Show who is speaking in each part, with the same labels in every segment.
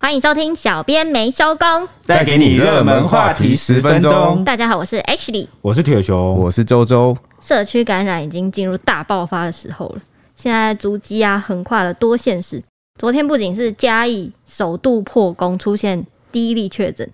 Speaker 1: 欢迎收听《小编没收工》。
Speaker 2: 带给你热门话题十分钟。
Speaker 1: 大家好，我是 H 李。
Speaker 3: 我是铁
Speaker 1: 哦
Speaker 3: 熊，
Speaker 2: 我是周周，
Speaker 1: 社区感染已经进入大爆发的时候了，现在足迹啊横跨了多县市。昨天不仅是嘉义首度破功出现第一例确诊，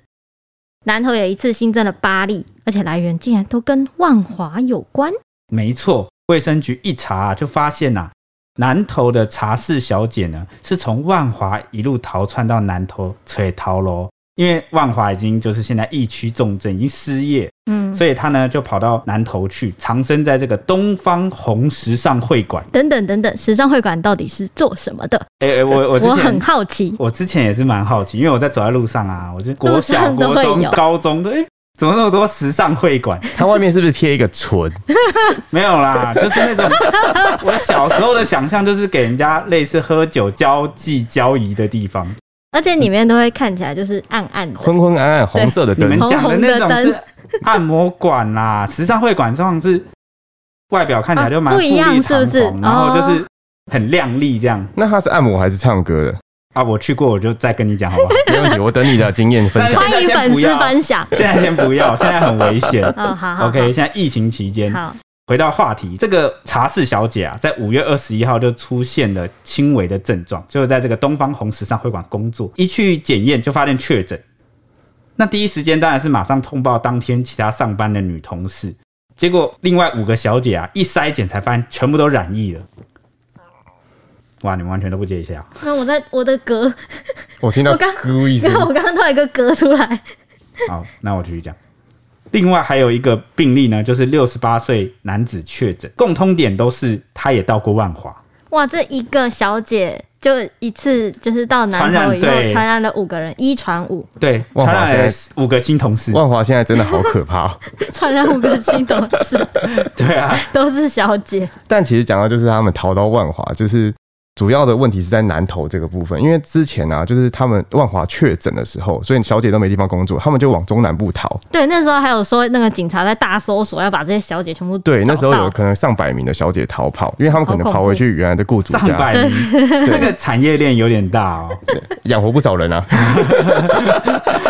Speaker 1: 南投也一次新增了八例，而且来源竟然都跟万华有关。
Speaker 3: 没错，卫生局一查啊、就发现呐、啊，南投的茶室小姐呢，是从万华一路逃窜到南投垂桃楼，因为万华已经就是现在疫区重症，已经失业，
Speaker 1: 嗯，
Speaker 3: 所以她呢就跑到南投去，藏身在这个东方红时尚会馆。
Speaker 1: 等等等等，时尚会馆到底是做什么的？
Speaker 3: 哎、哎，我我之
Speaker 1: 我很
Speaker 3: 前。
Speaker 1: 好奇。
Speaker 3: 我之前也是蛮好奇，因为我在走在路上啊，我是国小、
Speaker 1: 路上都
Speaker 3: 国
Speaker 1: 会
Speaker 3: 中
Speaker 1: 有、
Speaker 3: 高中的，哎、怎么那么多时尚会馆？
Speaker 2: 它外面是不是贴一个 唇？
Speaker 3: 没有啦，就是那种 我小时候的想象，就是给人家类似喝酒交际交谊的地方。
Speaker 1: 而且里面都会看起来就是暗暗的，
Speaker 3: 嗯
Speaker 2: 昏昏暗暗红色的
Speaker 3: 你们
Speaker 2: 灯
Speaker 1: 对，
Speaker 3: 讲的那
Speaker 1: 红
Speaker 3: 种
Speaker 1: 红的
Speaker 3: 是按摩馆啦，时尚会馆上是外表看起来就蛮
Speaker 1: 啊
Speaker 3: 富
Speaker 1: 不一
Speaker 3: 丽
Speaker 1: 样
Speaker 3: 堂皇，
Speaker 1: 是不是
Speaker 3: 然后就是
Speaker 1: 哦
Speaker 3: 很靓丽这样
Speaker 2: 那它是按摩还是唱歌 的？
Speaker 3: 啊。我去过，我就再跟你讲好不好？
Speaker 2: 没问题，我等你的经验分
Speaker 3: 那
Speaker 2: 享。
Speaker 1: 欢迎粉丝分享。
Speaker 3: 现在先不要，现在很危险。
Speaker 1: 哦， 好好
Speaker 3: 嗯 OK，现在疫情期间，
Speaker 1: 好，
Speaker 3: 回到话题，这个茶室小姐啊，在五月二十一号就出现了轻微的症状，就在这个东方红时尚会馆工作，一去检验就发现确诊。那第一时间当然是马上通报当天其他上班的女同事，结果另外五个小姐啊，一筛检才发现全部都染疫了。哇，你们完全都不接一下，
Speaker 1: 那我在我的格，
Speaker 2: 我听到
Speaker 1: 我刚
Speaker 2: 咕一
Speaker 1: 你
Speaker 2: 声
Speaker 1: 看，我刚刚突然一个格出来，
Speaker 3: 好，那我继续讲。另外还有一个病例呢，就是六十八岁男子确诊，共通点都是他也到过万华。
Speaker 1: 哇，这一个小姐就一次就是到南投以
Speaker 3: 传染
Speaker 1: 后
Speaker 3: 对
Speaker 1: 传染了五个人，一传五，
Speaker 3: 对，
Speaker 2: 万
Speaker 3: 传
Speaker 2: 华
Speaker 3: 染了
Speaker 2: 现
Speaker 3: 五个新同事。
Speaker 2: 万华现在真的好可怕 哦。
Speaker 1: 传染五个新同 事，
Speaker 3: 对 啊，
Speaker 1: 都是小姐。
Speaker 2: 但其实讲到就是他们逃到万华，就是主要的问题是在南投这个部分，因为之前啊，就是他们万华确诊的时候，所以小姐都没地方工作，他们就往中南部逃。
Speaker 1: 对，那时候还有说那个警察在大搜索，要把这些小姐全部
Speaker 2: 对，
Speaker 1: 找
Speaker 2: 那时候
Speaker 1: 到
Speaker 2: 有可能上百名的小姐逃跑，因为他们可
Speaker 1: 好
Speaker 2: 能
Speaker 1: 恐怖
Speaker 2: 跑回去原来的雇主
Speaker 3: 上
Speaker 2: 家，
Speaker 3: 百名，这个产业链有点大 哦，
Speaker 2: 养活不少人 啊。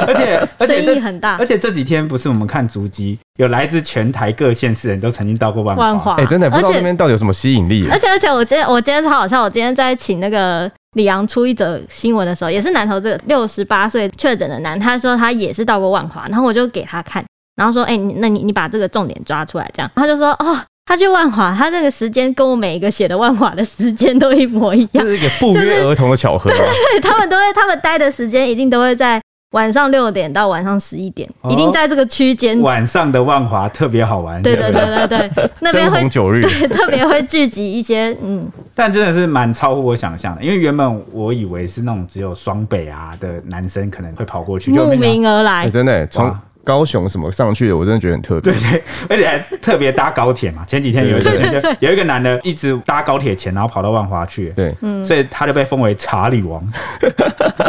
Speaker 3: 而且而且
Speaker 1: 生意
Speaker 3: 这
Speaker 1: 很大
Speaker 3: 而，且这几天不是我们看足迹，有来自全台各县市人都曾经到过万华。
Speaker 1: 万华，
Speaker 2: 哎、真的不
Speaker 1: 而
Speaker 2: 知道
Speaker 1: 且
Speaker 2: 那边到底有什么吸引力。
Speaker 1: 而且而且，我今天我今天超好笑，我今天在请那个李阳出一则新闻的时候，也是南投这个六十八岁确诊的男，他说他也是到过万华，然后我就给他看，然后说，哎、你那你你把这个重点抓出来，这样，他就说，哦，他去万华，他这个时间跟我每一个写的万华的时间都一模一
Speaker 2: 这
Speaker 1: 样，
Speaker 2: 是一个不约而同的巧合、啊，
Speaker 1: 对他们都会，他们待的时间一定都会在晚上六点到晚上十一点，
Speaker 3: 哦
Speaker 1: 一定在这个区间，
Speaker 3: 晚上的万华特别好玩，
Speaker 1: 对
Speaker 3: 不
Speaker 1: 对对对 对，那边
Speaker 2: 灯
Speaker 1: 会
Speaker 2: 红酒绿，
Speaker 1: 特别会聚集一些，嗯，
Speaker 3: 但真的是蛮超乎我想象的，因为原本我以为是那种只有双北啊的男生可能会跑过去，就
Speaker 1: 慕
Speaker 3: 没想到
Speaker 1: 名而
Speaker 2: 哎、
Speaker 1: 来，
Speaker 2: 真的、从
Speaker 3: 哇
Speaker 2: 高雄什么上去的，我真的觉得很特别。
Speaker 3: 对对，而且还特别搭高铁嘛。前几天有一个
Speaker 2: 对
Speaker 3: 人就有一个男的一直搭高铁前，然后跑到万华去，
Speaker 2: 对，
Speaker 1: 嗯
Speaker 3: 所以他就被封为查理王。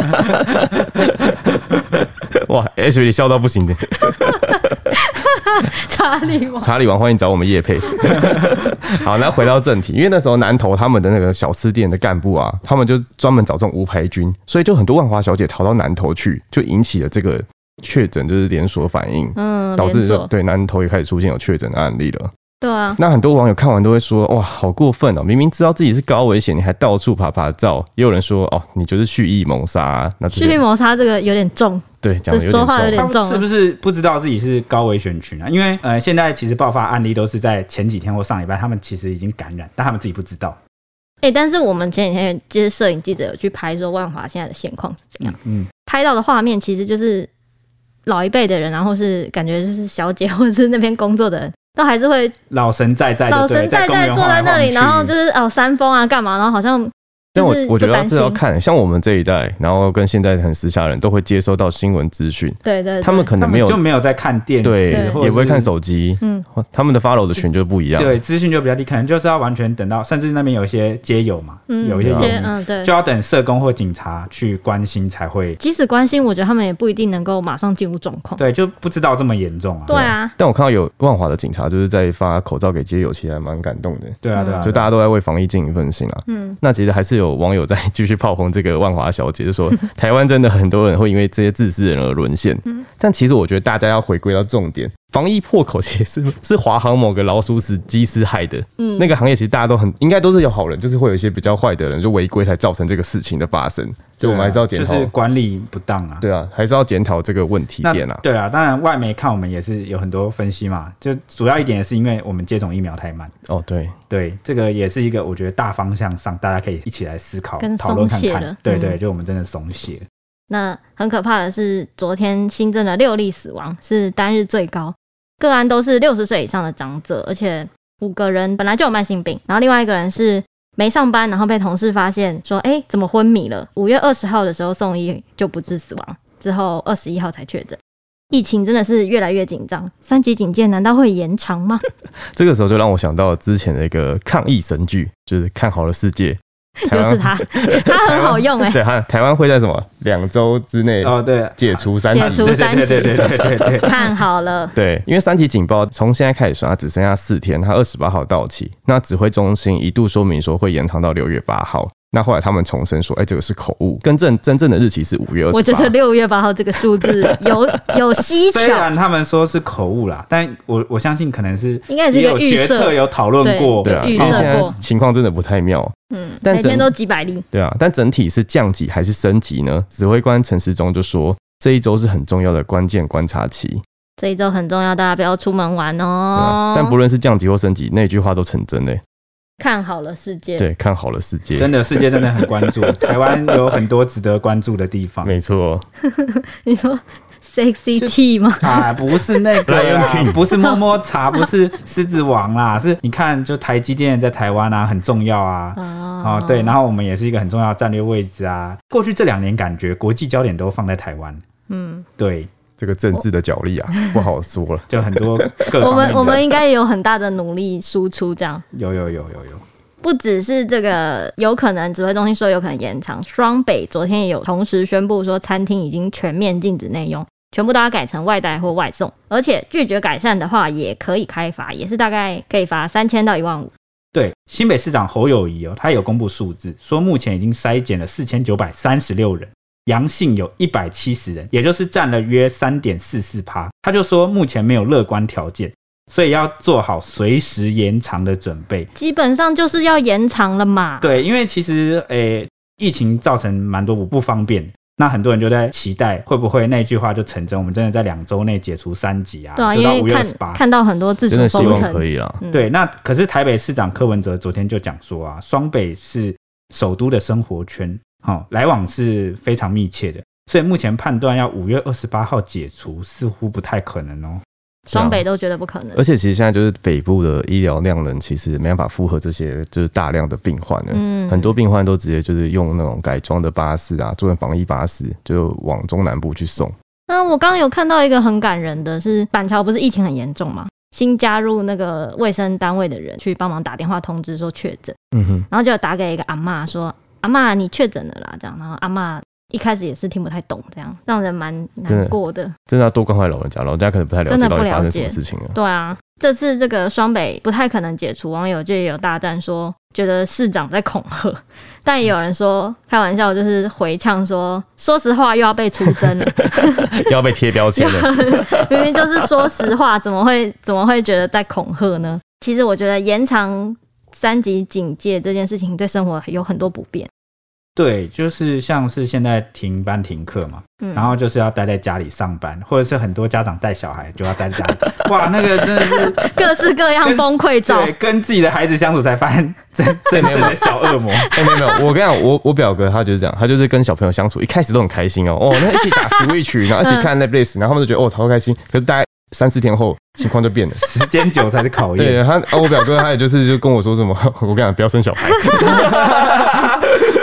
Speaker 2: 哇，H 你笑到不行的，
Speaker 1: 查理王。
Speaker 2: 查理王欢迎找我们叶配。好，那回到正题，因为那时候南投他们的那个小吃店的干部啊，他们就专门找这种无牌军，所以就很多万华小姐逃到南投去，就引起了这个确诊就是连锁反应。
Speaker 1: 嗯，
Speaker 2: 导
Speaker 1: 连
Speaker 2: 致
Speaker 1: 锁
Speaker 2: 对南投也开始出现有确诊的案例了。
Speaker 1: 对啊，
Speaker 2: 那很多网友看完都会说：“哇，好过分哦！明明知道自己是高危险，你还到处爬爬照。”也有人说：“哦，你就是蓄意谋杀、啊。”那这
Speaker 1: 蓄意
Speaker 2: 些
Speaker 1: 谋杀这个有点重，
Speaker 2: 对讲的
Speaker 1: 这
Speaker 2: 有点
Speaker 1: 说话有
Speaker 2: 重
Speaker 1: 点。严重啊
Speaker 3: 他们是不是不知道自己是高危选群啊？因为呃，现在其实爆发案例都是在前几天或上礼拜，他们其实已经感染，但他们自己不知道。
Speaker 1: 哎、但是我们前几天就是摄影记者有去拍说万华现在的现况是怎样，
Speaker 3: 嗯，
Speaker 1: 拍到的画面其实就是老一辈的人，然后是感觉就是小姐或者是那边工作的人，都还是会
Speaker 3: 老神在在的，
Speaker 1: 老神在在坐在那里，然后就是哦扇风啊干嘛，然后好像
Speaker 2: 但
Speaker 1: 就
Speaker 2: 我
Speaker 1: 是
Speaker 2: 我觉
Speaker 1: 不
Speaker 2: 得
Speaker 1: 担
Speaker 2: 这
Speaker 1: 心
Speaker 2: 要，看，像我们这一代，然后跟现在很时下的人都会接收到新闻资讯，
Speaker 1: 对对对
Speaker 2: 他们可
Speaker 3: 他
Speaker 2: 能没
Speaker 3: 们
Speaker 2: 有
Speaker 3: 就没有在看电视，
Speaker 2: 对，
Speaker 3: 或者
Speaker 2: 也不会看
Speaker 3: 嗯是。
Speaker 2: 手啊机，
Speaker 1: 嗯
Speaker 2: 他们的 follow 的群就不一样。
Speaker 3: 对，资讯就比较低，可能就是要完全等到，甚至那边有一些街友嘛，
Speaker 1: 嗯
Speaker 3: 有一些
Speaker 2: 有
Speaker 1: 觉
Speaker 3: 游
Speaker 1: 得
Speaker 3: 民，
Speaker 1: 嗯对
Speaker 3: 就。要等社工或警察去关心才会，
Speaker 1: 即使关心，我觉得他们也不一定能够马上进入状况。
Speaker 3: 对，就不知道这么严重啊。
Speaker 1: 对啊，
Speaker 2: 但我看到有万华的警察就是在发口罩给街友，其实还蛮感动的。
Speaker 3: 对啊，对啊，
Speaker 2: 就
Speaker 3: 对啊
Speaker 2: 大家都在为防疫尽一份心啊。嗯，那其实还是有有网友在继续炮轰这个万华小姐，就说台湾真的很多人会因为这些自私人而沦陷。但其实我觉得大家要回归到重点，防疫破口其实是 是华航某个老鼠屎机师害的。嗯，那个行业其实大家都很应该都是有好人，就是会有一些比较坏的人就违规才造成这个事情的发生。就我们还是要检
Speaker 3: 就
Speaker 2: 讨，
Speaker 3: 是管理不当啊。
Speaker 2: 对啊，还是要检讨这个问题
Speaker 3: 那
Speaker 2: 点啊。
Speaker 3: 对啊，当然外媒看我们也是有很多分析嘛，就主要一点也是因为我们接种疫苗太慢。
Speaker 2: 哦，对，
Speaker 3: 对，这个也是一个我觉得大方向上大家可以一起来思考
Speaker 1: 跟
Speaker 3: 讨
Speaker 1: 松
Speaker 3: 论看
Speaker 1: 懈
Speaker 3: 看
Speaker 1: 了。
Speaker 3: 对
Speaker 1: 嗯
Speaker 3: 对，就我们真的松懈。
Speaker 1: 那很可怕的是，昨天新增了六例死亡，是单日最高，个案都是六十岁以上的长者，而且五个人本来就有慢性病，然后另外一个人是没上班，然后被同事发现说，哎、怎么昏迷了？五月二十号的时候送医就不治死亡，之后二十一号才确诊。疫情真的是越来越紧张，三级警戒难道会延长 吗？
Speaker 2: 这个时候就让我想到之前的一个抗疫神剧，就是《看好了世界》，台
Speaker 1: 就
Speaker 2: 湾
Speaker 1: 是它，它很好用哎、
Speaker 2: 对，台台湾会在什么两周之内
Speaker 3: 哦，对，
Speaker 2: 解除三级。
Speaker 1: 解除
Speaker 3: 对对对对对对对 对对，
Speaker 1: 看好了，
Speaker 2: 对，因为三级警报从现在开始算，它只剩下四天，它二十八号到期。那指挥中心一度说明说会延长到六月八号，那后来他们重申说，哎、这个是口误，跟正真正的日期是五月二十八。
Speaker 1: 我觉得六月八号这个数字有有蹊
Speaker 3: 虽
Speaker 1: 跷。
Speaker 3: 然他们说是口误啦，但我我相信可能是
Speaker 1: 应该也是一
Speaker 3: 也
Speaker 1: 个
Speaker 3: 有
Speaker 1: 预
Speaker 3: 决
Speaker 1: 设
Speaker 3: 策有讨论过，
Speaker 2: 对啊，
Speaker 1: 预
Speaker 2: 因
Speaker 1: 设
Speaker 2: 为
Speaker 1: 过
Speaker 2: 现在情况真的不太妙。
Speaker 1: 嗯，
Speaker 2: 但
Speaker 1: 每天
Speaker 2: 整
Speaker 1: 都几百例，
Speaker 2: 对啊，但整体是降级还是升级呢？指挥官陈时中就说，这一周是很重要的关键观察期。
Speaker 1: 这一周很重要，大家不要出门玩
Speaker 2: 对啊
Speaker 1: 哦。
Speaker 2: 但不论是降级或升级，那句话都成真嘞。
Speaker 1: 看好了世界，
Speaker 2: 对，看好了世界，
Speaker 3: 真的世界真的很关注， 台湾有很多值得关注的地方
Speaker 2: 没错。
Speaker 1: 你说 sexy T 吗？
Speaker 3: 啊，不是那个
Speaker 2: Lion King
Speaker 3: 啦，不是摸摸茶， 不是狮子王啦，是你看，就台积电在台湾啊，很重要啊。
Speaker 1: 哦
Speaker 3: 哦，对，然后我们也是一个很重要的战略位置啊。过去这两年，感觉国际焦点都放在台湾，
Speaker 1: 嗯，
Speaker 3: 对，
Speaker 2: 这个政治的角力啊，不好说了。
Speaker 3: 就很多各
Speaker 1: 我
Speaker 3: 方面
Speaker 1: 们
Speaker 3: 的
Speaker 1: 我们应该也有很大的努力输出，这样
Speaker 3: 有有有有有，
Speaker 1: 不只是这个有可能指挥中心说有可能延长，双北昨天也有同时宣布说餐厅已经全面禁止内用，全部都要改成外带或外送，而且拒绝改善的话也可以开罚，也是大概可以罚三千到一万五。
Speaker 3: 对，新北市长侯友谊哦，他有公布数字，说目前已经筛检了四千九百三十六人，阳性有一百七十人，也就是占了约三点四四趴。他就说目前没有乐观条件，所以要做好随时延长的准备。
Speaker 1: 基本上就是要延长了嘛。
Speaker 3: 对，因为其实诶、疫情造成蛮多不方便。那很多人就在期待会不会那句话就成真，我们真的在两周内解除三级啊，
Speaker 1: 对啊，
Speaker 3: 就
Speaker 1: 因
Speaker 3: 到
Speaker 1: 为
Speaker 3: 五月二十
Speaker 1: 看
Speaker 3: 八。
Speaker 1: 看到很多自主
Speaker 2: 真的希
Speaker 1: 封
Speaker 2: 望
Speaker 1: 城，
Speaker 2: 可以 啦。
Speaker 1: 嗯
Speaker 3: 对，那可是台北市长柯文哲昨天就讲说啊，双北是首都的生活圈，好、来往是非常密切的，所以目前判断要五月二十八号解除似乎不太可能哦。
Speaker 1: 双北都觉得不可能
Speaker 2: 而。且其实现在就是北部的医疗量能其实没办法负荷这些就是大量的病患了。
Speaker 1: 嗯
Speaker 2: 很多病患都直接就是用那种改装的巴士啊，做成防疫巴士，就往中南部去送。
Speaker 1: 那我刚刚有看到一个很感人的是，板桥不是疫情很严重嘛？新加入那个卫生单位的人去帮忙打电话通知说确诊，
Speaker 2: 嗯哼，
Speaker 1: 然后就有打给一个阿嬷说：“阿嬷你确诊了啦。”这样，然后阿嬷一开始也是听不太懂，这样让人蛮
Speaker 2: 真
Speaker 1: 难
Speaker 2: 的
Speaker 1: 过的。
Speaker 2: 真的要多关怀老人家，老人家可能不太了
Speaker 1: 真
Speaker 2: 解
Speaker 1: 的
Speaker 2: 到
Speaker 1: 不
Speaker 2: 底发生
Speaker 1: 了
Speaker 2: 什
Speaker 1: 解
Speaker 2: 么事情 了。
Speaker 1: 对啊，这次这个双北不太可能解除，网友就有大赞说觉得市长在恐吓， 但也有人说开玩笑，就是回呛说，说实话又要被出征了，
Speaker 2: 要被贴标签 了，
Speaker 1: 明明就是说实话，怎么会怎么会觉得在恐吓呢？其实我觉得延长三级警戒这件事情对生活有很多不便，
Speaker 3: 对，就是像是现在停班停课嘛，
Speaker 1: 嗯，
Speaker 3: 然后就是要待在家里上班，或者是很多家长带小孩就要待在家 里，哇，那个真的是
Speaker 1: 各式各样
Speaker 3: 跟
Speaker 1: 崩溃照
Speaker 3: 对，，跟自己的孩子相处才发现真真正的小恶魔。
Speaker 2: 哎、没有没有，我跟你讲，我我表哥他就是这样，他就是跟小朋友相处，一开始都很开心哦，哦，那一起打 Switch，然后一起 看 Netflix，然后他们就觉得哦超开心，可是大概三四天后情况就变了。
Speaker 3: 时间久才是考验
Speaker 2: 对。他，啊我表哥他也就是就跟我说什么， 我跟你讲不要生小 孩，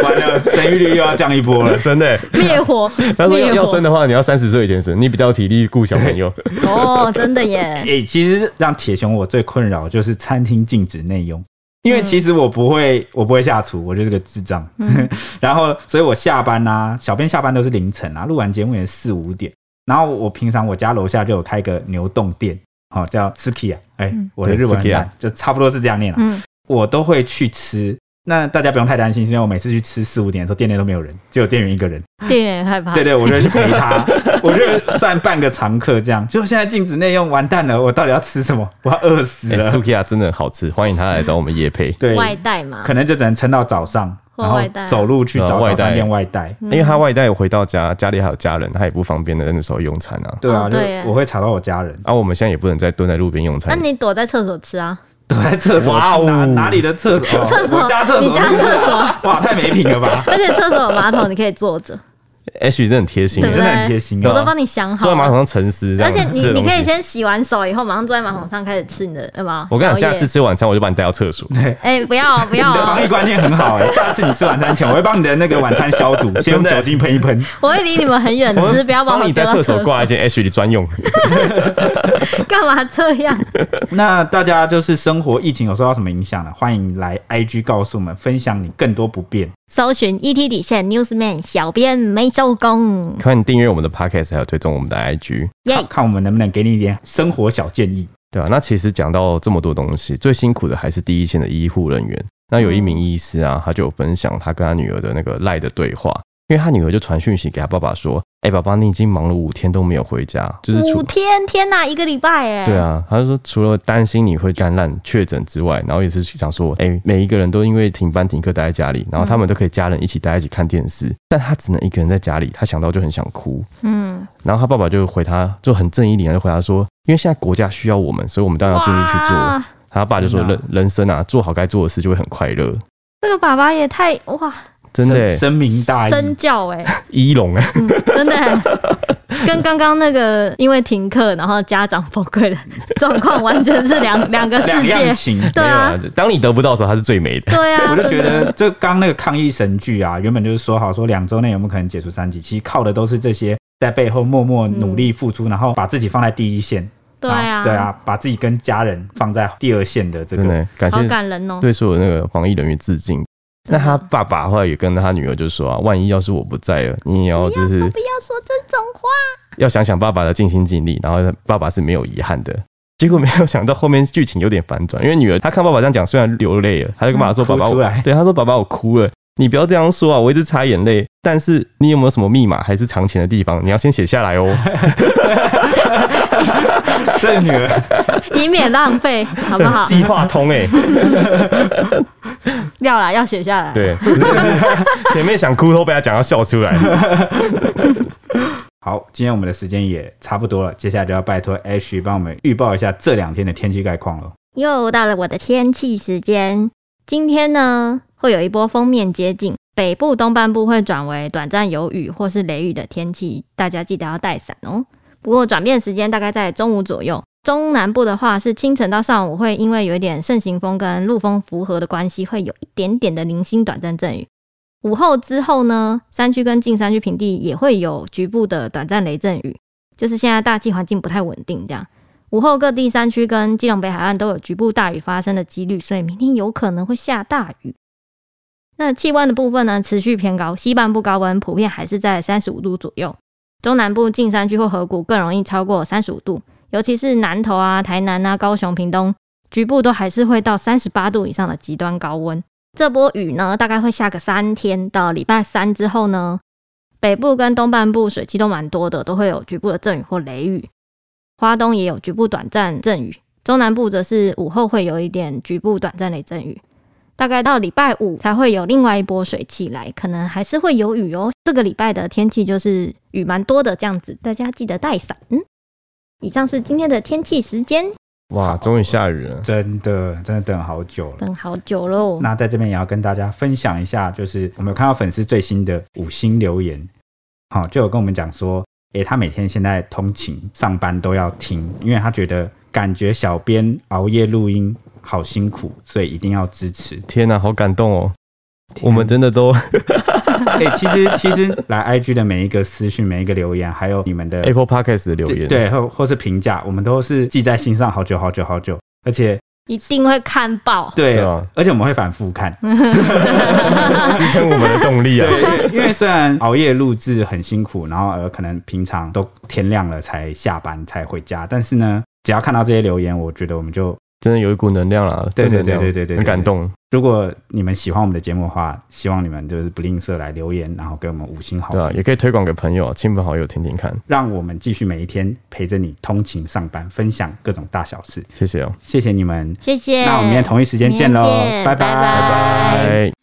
Speaker 3: 完了，生育率又要降一波了。
Speaker 2: 真的欸。
Speaker 1: 灭火，
Speaker 2: 他说要
Speaker 1: 灭
Speaker 2: 要生
Speaker 1: 火，
Speaker 2: 的话，你要三十岁以前生，你比较有体力顾小朋友。
Speaker 1: 哦，真的 耶，
Speaker 3: 诶、其实让铁熊我最困扰就是餐厅禁止内用，因为其实我不会，我不会下厨，我就是个智障。 然后，所以我下班啊，小编下班都是凌晨啊，录完节目也是四五点。然后我平常我家楼下就有开个牛冻店，哦，叫 Suki 啊，哎、
Speaker 1: 嗯
Speaker 3: 我的日文很
Speaker 2: 对，Sukiya
Speaker 3: 烂，就差不多是这样念了、
Speaker 1: 嗯
Speaker 3: 啊我都会去吃，那大家不用太担心，是因为我每次去吃四五点的时候，店内都没有人，只有店员一个人。
Speaker 1: 店员也害怕。
Speaker 3: 对对，我就去陪他，我就算半个常客这样。就现在禁止内用，完蛋了，我到底要吃什么？我要饿死
Speaker 2: 哎
Speaker 3: 了。
Speaker 2: ，Sukiya 真的很好吃，欢迎他来找我们夜配，
Speaker 3: 对，
Speaker 1: 外带嘛，
Speaker 3: 可能就只能撑到早上，
Speaker 1: 或
Speaker 3: 然后
Speaker 1: 外带啊
Speaker 3: 走路去找
Speaker 2: 呃外
Speaker 3: 早餐
Speaker 2: 带
Speaker 3: 店外带。
Speaker 1: 嗯
Speaker 2: 因为他外带回到家，家里还有家人，他也不方便在那时候用餐啊。
Speaker 3: 对啊，
Speaker 1: 哦
Speaker 3: 就
Speaker 1: 对耶
Speaker 3: 我会吵到我家人。
Speaker 2: 啊，我们现在也不能再蹲在路边用
Speaker 1: 那
Speaker 2: 餐。
Speaker 1: 啊你躲在厕所吃啊？
Speaker 3: 躲在厕所，
Speaker 2: 哇哦
Speaker 3: 哪哪里的厕所？哦
Speaker 1: 厕所
Speaker 3: 我家厕所，
Speaker 1: 你家厕所，
Speaker 3: 哇，太没品了吧！
Speaker 1: 而且厕所有马桶你可以坐着，
Speaker 2: H 真的很贴 心
Speaker 1: 对
Speaker 2: 耶，
Speaker 1: 不
Speaker 3: 你
Speaker 1: 对？
Speaker 3: 真的很贴心啊
Speaker 1: 我都帮你想好
Speaker 2: 坐
Speaker 1: 了。
Speaker 2: 在马桶上沉思这
Speaker 1: 而
Speaker 2: 样。
Speaker 1: 且
Speaker 2: 吃
Speaker 1: 你
Speaker 2: 的
Speaker 1: 你
Speaker 2: 东
Speaker 1: 可以
Speaker 2: 西。
Speaker 1: 先洗完手以后，马上坐在马桶上开始吃你的，对吗？
Speaker 2: 我跟你讲，
Speaker 1: 宵
Speaker 2: 下
Speaker 1: 夜
Speaker 2: 次吃晚餐我就把你带到厕所。
Speaker 1: 哎、不要哦不要
Speaker 3: 你的
Speaker 1: 哦、
Speaker 3: 防疫观念很好哎、下次你吃晚餐前，我会帮你的那个晚餐消 毒，先用酒精喷一喷。
Speaker 1: 我会 离你们很远
Speaker 2: 我
Speaker 1: 吃，
Speaker 2: 们
Speaker 1: 不要把我
Speaker 2: 帮你
Speaker 1: 丢
Speaker 2: 在
Speaker 1: 到
Speaker 2: 厕
Speaker 1: 厕
Speaker 2: 所挂一件 H 的 专用。
Speaker 1: 干嘛这样？
Speaker 3: 那大家就是生活疫情有受到什么影响呢？欢迎来 IG 告诉我们，分享你更多不便。
Speaker 1: 搜寻 ET 底线 Newsman，小编没收工，
Speaker 2: 欢迎订阅我们的 Podcast，还有追踪我们的 IG。
Speaker 1: 耶、
Speaker 3: 看看我们能不能给你一点生活小建议。
Speaker 2: 对啊，那其实讲到这么多东西，最辛苦的还是第一线的医护人员。那有一
Speaker 1: 嗯
Speaker 2: 名医师啊，他就有分享他跟他女儿的那个赖的对话，因为他女儿就传讯息给他爸爸说：“哎、爸爸，你已经忙了五天都没有回家，就是除
Speaker 1: 五天，天哪，一个礼拜哎！
Speaker 2: 对，啊，他就说除了担心你会感染确诊之外，然后也是想说，哎、每一个人都因为停班停课待在家里，然后他
Speaker 1: 嗯
Speaker 2: 们都可以家人一起待在一起看电视，但他只能一个人在家里，他想到就很想哭。
Speaker 1: 嗯，
Speaker 2: 然后他爸爸就回他，就很正义凛然地回答说，因为现在国家需要我们，所以我们当然要尽力去做。
Speaker 1: 哇，
Speaker 2: 他爸就说
Speaker 3: 天哪
Speaker 2: 人人生啊，做好该做的事就会很快乐，
Speaker 1: 这个爸爸也太哇
Speaker 2: 真的、
Speaker 3: 深
Speaker 2: 欸，
Speaker 3: 深明大义，
Speaker 1: 身教哎、
Speaker 2: 一龙哎，
Speaker 1: 嗯，真的 欸、跟刚刚那个因为停课然后家长崩溃的状况完全是 两两个世
Speaker 3: 两
Speaker 1: 界
Speaker 3: 样。情。
Speaker 1: 对啊，，
Speaker 2: 当你得不到的时候，他是最美的。
Speaker 1: 对啊，
Speaker 3: 我就
Speaker 1: 真
Speaker 3: 觉
Speaker 1: 的
Speaker 3: 得，就刚那个抗疫神剧啊，原本就是说好说两周内有没有可能解除三级，其实靠的都是这些在背后默默努力付出，然后把自己放在第一线，
Speaker 1: 嗯对
Speaker 3: 然
Speaker 1: 啊，
Speaker 3: 后对，啊，把自己跟家人放在第二线的这
Speaker 2: 真的
Speaker 3: 个，
Speaker 2: 欸感谢
Speaker 1: 好感人哦。
Speaker 2: 对所有那个防疫人员致敬。那他爸爸后来也跟他女儿就说啊，万一要是我不在了，你也
Speaker 3: 哦
Speaker 2: 要就
Speaker 1: 不
Speaker 2: 是
Speaker 1: 要说这种话。
Speaker 2: 要想想爸爸的尽心尽力，然后爸爸是没有遗憾的。 结果没有想到后面剧情有点反转，因为女儿她看爸爸这样讲，虽然流泪了，她就跟爸爸说：“
Speaker 3: 嗯
Speaker 2: 爸爸，
Speaker 3: 哭出来
Speaker 2: 我对，她说爸爸我哭了，你不要这样说啊，我一直擦眼泪。但是你有没有什么密码还是藏钱的地方？你要先写下来哦。？
Speaker 3: 这女儿
Speaker 1: 以免浪费，好不 好
Speaker 2: 计划通 哎、
Speaker 1: 要啦，要写下来。
Speaker 2: 对，真的是 前面想哭都被他讲到笑出来。
Speaker 3: 好，今天我们的时间也差不多了，接下来就要拜托 H 帮我们预报一下这两天的天气概况了。
Speaker 1: 又到了我的天气时间，今天呢会有一波封面接近，北部东半部会转为短暂有雨或是雷雨的天气，大家记得要带伞哦。不过转变时间大概在中午左右。中南部的话是清晨到上午会因为有一点盛行风跟陆风符合的关系，会有一点点的零星短暂阵雨。午后之后呢，山区跟近山区平地也会有局部的短暂雷阵雨，就是现在大气环境不太稳定这样。午后各地山区跟基隆北海岸都有局部大雨发生的几率，所以明天有可能会下大雨。那气温的部分呢，持续偏高，西半部高温普遍还是在三十五度左右，中南部近山区或河谷更容易超过三十五度，尤其是南投啊、台南啊、高雄、屏东，局部都还是会到三十八度以上的极端高温。这波雨呢，大概会下个三天，到礼拜三之后呢，北部跟东半部水汽都蛮多的，都会有局部的阵雨或雷雨。花东也有局部短暂阵雨，中南部则是午后会有一点局部短暂的阵雨，大概到礼拜五才会有另外一波水汽来，可能还是会有雨哦。这个礼拜的天气就是雨蛮多的这样子，大家记得带伞。嗯，以上是今天的天气时间，
Speaker 2: 哇，终于下雨了。
Speaker 3: 真的，真的等好久了。
Speaker 1: 等好久喽。
Speaker 3: 那在这边也要跟大家分享一下，就是我们有看到粉丝最新的五星留言，好、就有跟我们讲说，诶、他每天现在通勤上班都要听，因为他觉得感觉小编熬夜录音好辛苦，所以一定要支持。
Speaker 2: 天呐、好感动哦！我们真的都
Speaker 3: 嗯诶、哎其实其实来 IG 的每一个私讯、每一个留言，还有你们的
Speaker 2: Apple Podcast 的留言，
Speaker 3: 对或或是评价，我们都是记在心上好久好久好久，而且
Speaker 1: 一定会看爆，
Speaker 3: 对，
Speaker 2: 对啊
Speaker 3: 而且我们会反复看。
Speaker 2: 支撑我们的动力啊！
Speaker 3: 对，因为虽然熬夜录制很辛苦，然后呃，可能平常都天亮了才下班才回家，但是呢，只要看到这些留言，我觉得我们就
Speaker 2: 真的有一股能量啦，
Speaker 3: 对
Speaker 2: 正
Speaker 3: 对
Speaker 2: 能量
Speaker 3: 对对对对
Speaker 2: 很感动。
Speaker 3: 如果你们喜欢我们的节目的话，希望你们就是不吝啬来留言，然后给我们五星好
Speaker 2: 对啊，
Speaker 3: 评，
Speaker 2: 也可以推广给朋友、亲朋好友听听看，
Speaker 3: 让我们继续每一天陪着你通勤上班，分享各种大小事。
Speaker 2: 谢谢哦、
Speaker 3: 谢谢你们，
Speaker 1: 谢谢。
Speaker 3: 那我们明天同一时间见喽
Speaker 1: 明天见，
Speaker 3: 拜
Speaker 1: 拜
Speaker 3: 拜
Speaker 1: 拜
Speaker 2: 拜。